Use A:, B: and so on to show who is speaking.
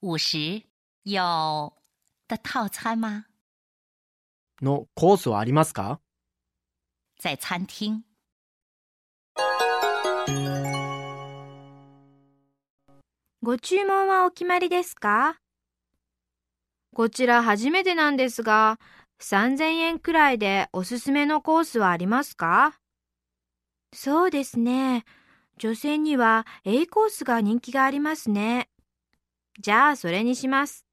A: 五十有的套餐吗？
B: のコースはありますか
A: 在餐厅。
C: ご注文はお決まりですかこちら初めてなんですが、3000円くらいでおすすめのコースはありますかそうですね。女性には A コースが人気がありますね。じゃあそれにします。